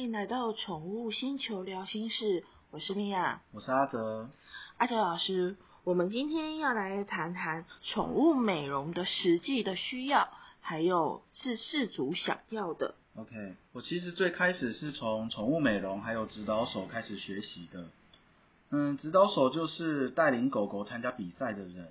迎来到宠物星球聊心事，我是米娅，我是阿哲。阿哲老师，我们今天要来谈谈宠物美容的实际的需要，还有是饲主想要的。 OK，我其实最开始是从宠物美容还有指导手开始学习的。嗯，指导手就是带领狗狗参加比赛的人，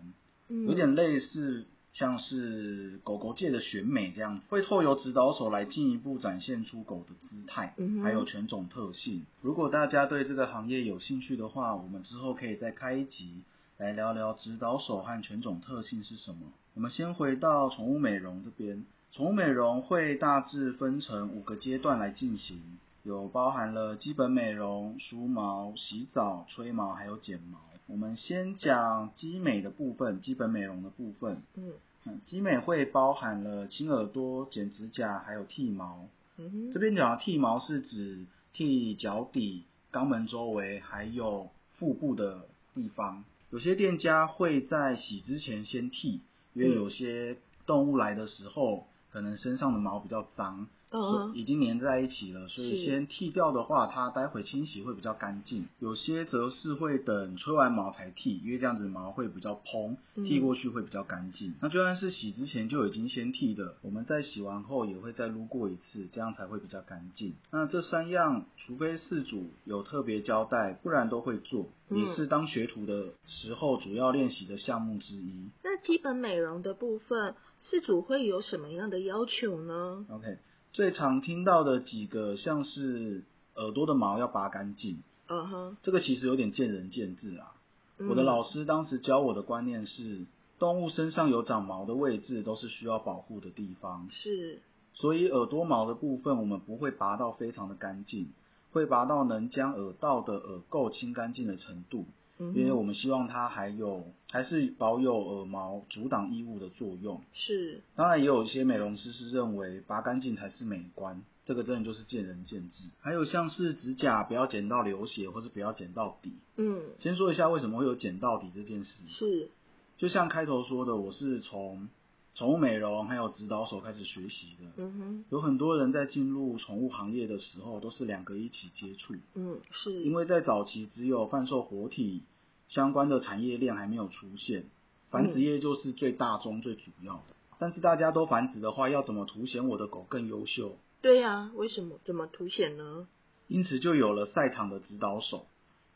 嗯有点类似像是狗狗界的选美这样，会透由指导手来进一步展现出狗的姿态嗯哼，还有犬种特性。如果大家对这个行业有兴趣的话，我们之后可以再开一集来聊聊指导手和犬种特性是什么。我们先回到宠物美容这边，宠物美容会大致分成五个阶段来进行，有包含了基本美容、梳毛、洗澡、吹毛，还有剪毛。我们先讲基美的部分，基本美容的部分。嗯嗯，基美会包含了清耳朵、剪指甲，还有剃毛。嗯哼这边讲的剃毛是指剃脚底、肛门周围还有腹部的地方。有些店家会在洗之前先剃，因为有些动物来的时候，可能身上的毛比较脏，嗯已经粘在一起了，所以是先剃掉的话，它待会清洗会比较干净。有些则是会等吹完毛才剃，因为这样子毛会比较蓬，嗯剃过去会比较干净。那就算是洗之前就已经先剃的，我们在洗完后也会再撸过一次，这样才会比较干净。那这三样，除非事主有特别交代，不然都会做，嗯也是当学徒的时候主要练习的项目之一。那基本美容的部分，饲主会有什么样的要求呢？ OK，最常听到的几个像是耳朵的毛要拔干净。嗯哼，这个其实有点见仁见智啊。嗯我的老师当时教我的观念是，动物身上有长毛的位置都是需要保护的地方，是所以耳朵毛的部分我们不会拔到非常的干净，会拔到能将耳道的耳垢清干净的程度，嗯哼，因为我们希望它还有还是保有耳毛阻挡异物的作用。是当然，也有一些美容师是认为拔干净才是美观，这个真的就是见仁见智。还有像是指甲不要剪到流血，或是不要剪到底，嗯先说一下为什么会有剪到底这件事。是就像开头说的，我是从宠物美容还有指导手开始学习的。嗯哼有很多人在进入宠物行业的时候，都是两个一起接触，嗯是因为在早期只有贩售活体相关的产业链还没有出现，繁殖业就是最大宗最主要的。但是大家都繁殖的话，要怎么凸显我的狗更优秀？对呀、为什么怎么凸显呢？因此就有了赛场的指导手。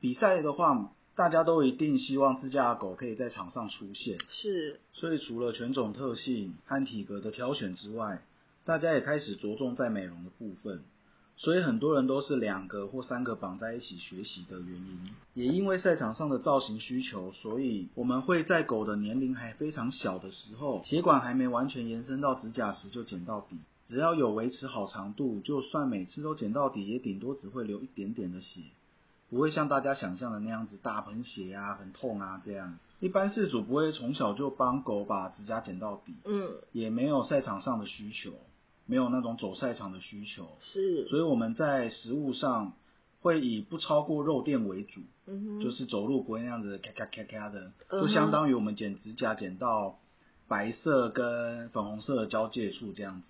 比赛的话，大家都一定希望自家的狗可以在场上出现，是所以除了犬种特性和体格的挑选之外，大家也开始着重在美容的部分。所以很多人都是两个或三个绑在一起学习的原因，也因为赛场上的造型需求，所以我们会在狗的年龄还非常小的时候，血管还没完全延伸到指甲时就剪到底。只要有维持好长度，就算每次都剪到底，也顶多只会流一点点的血，不会像大家想象的那样子大喷血啊、很痛啊这样。一般饲主不会从小就帮狗把指甲剪到底，嗯也没有赛场上的需求，没有那种走赛场的需求，是所以我们在食物上会以不超过肉垫为主，嗯哼就是走路不会那样子咔咔咔咔的，嗯哼就相当于我们剪指甲剪到白色跟粉红色的交界处这样子。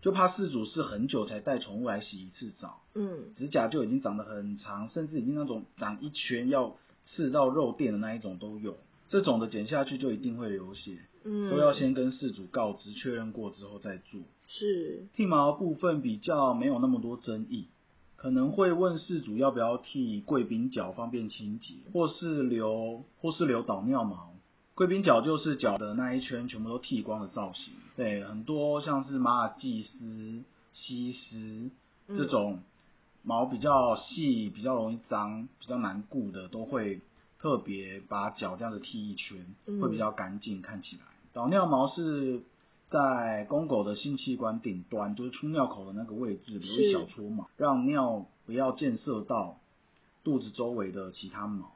就怕饲主是很久才带宠物来洗一次澡，嗯指甲就已经长得很长，甚至已经那种长一圈要刺到肉垫的那一种都有。这种的剪下去就一定会流血，嗯都要先跟事主告知，确认过之后再做。是剃毛部分比较没有那么多争议，可能会问事主要不要剃贵宾角方便清洁，或是留或是留早尿毛。贵宾角就是脚的那一圈全部都剃光的造型，对，很多像是马尔济斯、西施嗯这种毛比较细、比较容易脏、比较难顾的，都会特别把脚这样子剃一圈，嗯会比较干净，看起来。导尿毛是在公狗的性器官顶端，就是出尿口的那个位置留是一小撮毛，让尿不要溅射到肚子周围的其他毛。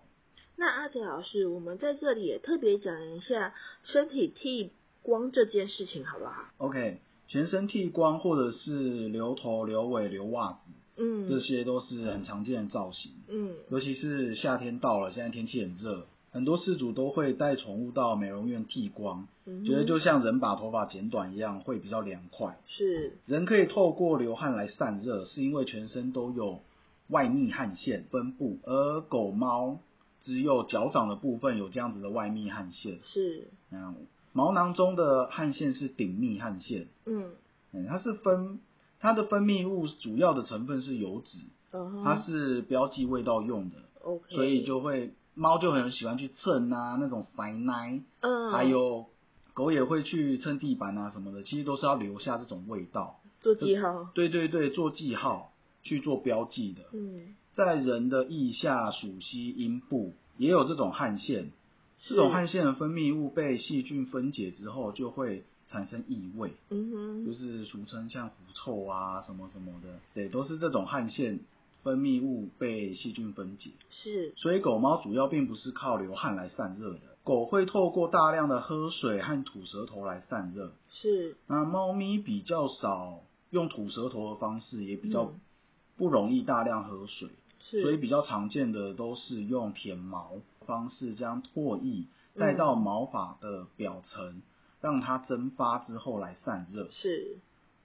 那阿哲老师，我们在这里也特别讲一下身体剃光这件事情，好不好？ OK，全身剃光或者是留头、留尾、留袜子，嗯这些都是很常见的造型。嗯尤其是夏天到了，现在天气很热，很多饲主都会带宠物到美容院剃光，嗯哼觉得就像人把头发剪短一样，会比较凉快。是人可以透过流汗来散热，是因为全身都有外泌汗腺分布，而狗猫只有脚掌的部分有这样子的外泌汗腺。是，嗯，毛囊中的汗腺是顶泌汗腺，嗯嗯，它是分它的分泌物主要的成分是油脂，嗯哼，它是标记味道用的， OK，所以就会猫就很喜欢去蹭啊那种塞奶，嗯，还有狗也会去蹭地板啊什么的，其实都是要留下这种味道。做记号，对对对，做记号去做标记的，嗯，在人的腋下、属膝、阴部也有这种汗腺，这种汗腺的分泌物被细菌分解之后，就会产生异味，嗯就哼，是俗称像狐臭啊什么什么的，对，都是这种汗腺分泌物被细菌分解。是所以狗猫主要并不是靠流汗来散热的，狗会透过大量的喝水和吐舌头来散热。是，那猫咪比较少用吐舌头的方式，也比较嗯不容易大量喝水，是，所以比较常见的都是用舔毛方式将唾液嗯带到毛发的表层，让它蒸发之后来散热。是，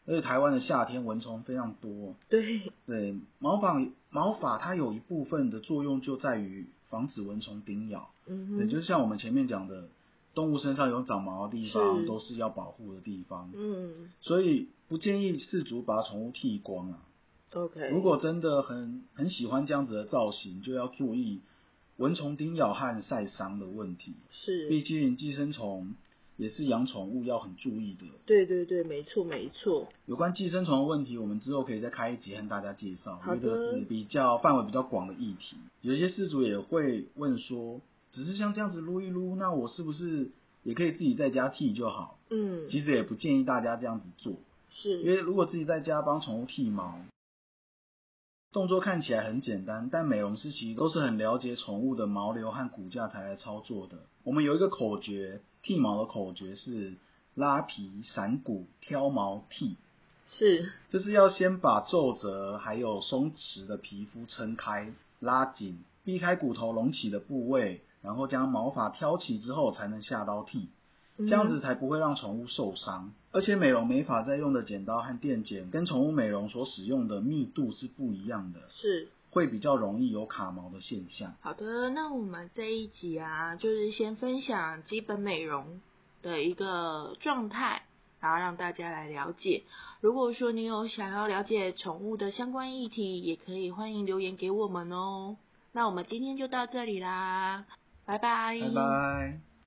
而且台湾的夏天蚊虫非常多，对，对毛发毛发它有一部分的作用就在于防止蚊虫叮咬，嗯也哼，就是像我们前面讲的，动物身上有长毛的地方是都是要保护的地方。嗯所以不建议饲主把宠物剃光啊。 ，OK，如果真的很很喜欢这样子的造型，就要注意蚊虫叮咬和晒伤的问题。是，毕竟寄生虫也是养宠物要很注意的。对对对，没错没错，有关寄生虫的问题，我们之后可以再开一集和大家介绍，因好为这个的是比较范围比较广的议题。有一些饲主也会问说，只是像这样子撸一撸，那我是不是也可以自己在家剃就好？嗯，其实也不建议大家这样子做。因是，为如果自己在家帮宠物剃毛，动作看起来很简单，但美容师其实都是很了解宠物的毛流和骨架才来操作的。我们有一个口诀，剃毛的口诀是拉皮、散骨、挑毛、剃，是，就是要先把皱褶还有松弛的皮肤撑开、拉紧，避开骨头隆起的部位，然后将毛发挑起之后才能下刀剃。嗯这样子才不会让宠物受伤。而且美容美发在用的剪刀和电剪，跟宠物美容所使用的密度是不一样的嗯，是。会比较容易有卡毛的现象。好的，那我们这一集啊，就是先分享基本美容的一个状态，然后让大家来了解。如果说你有想要了解宠物的相关议题，也可以欢迎留言给我们哦。那我们今天就到这里啦，拜拜，拜拜。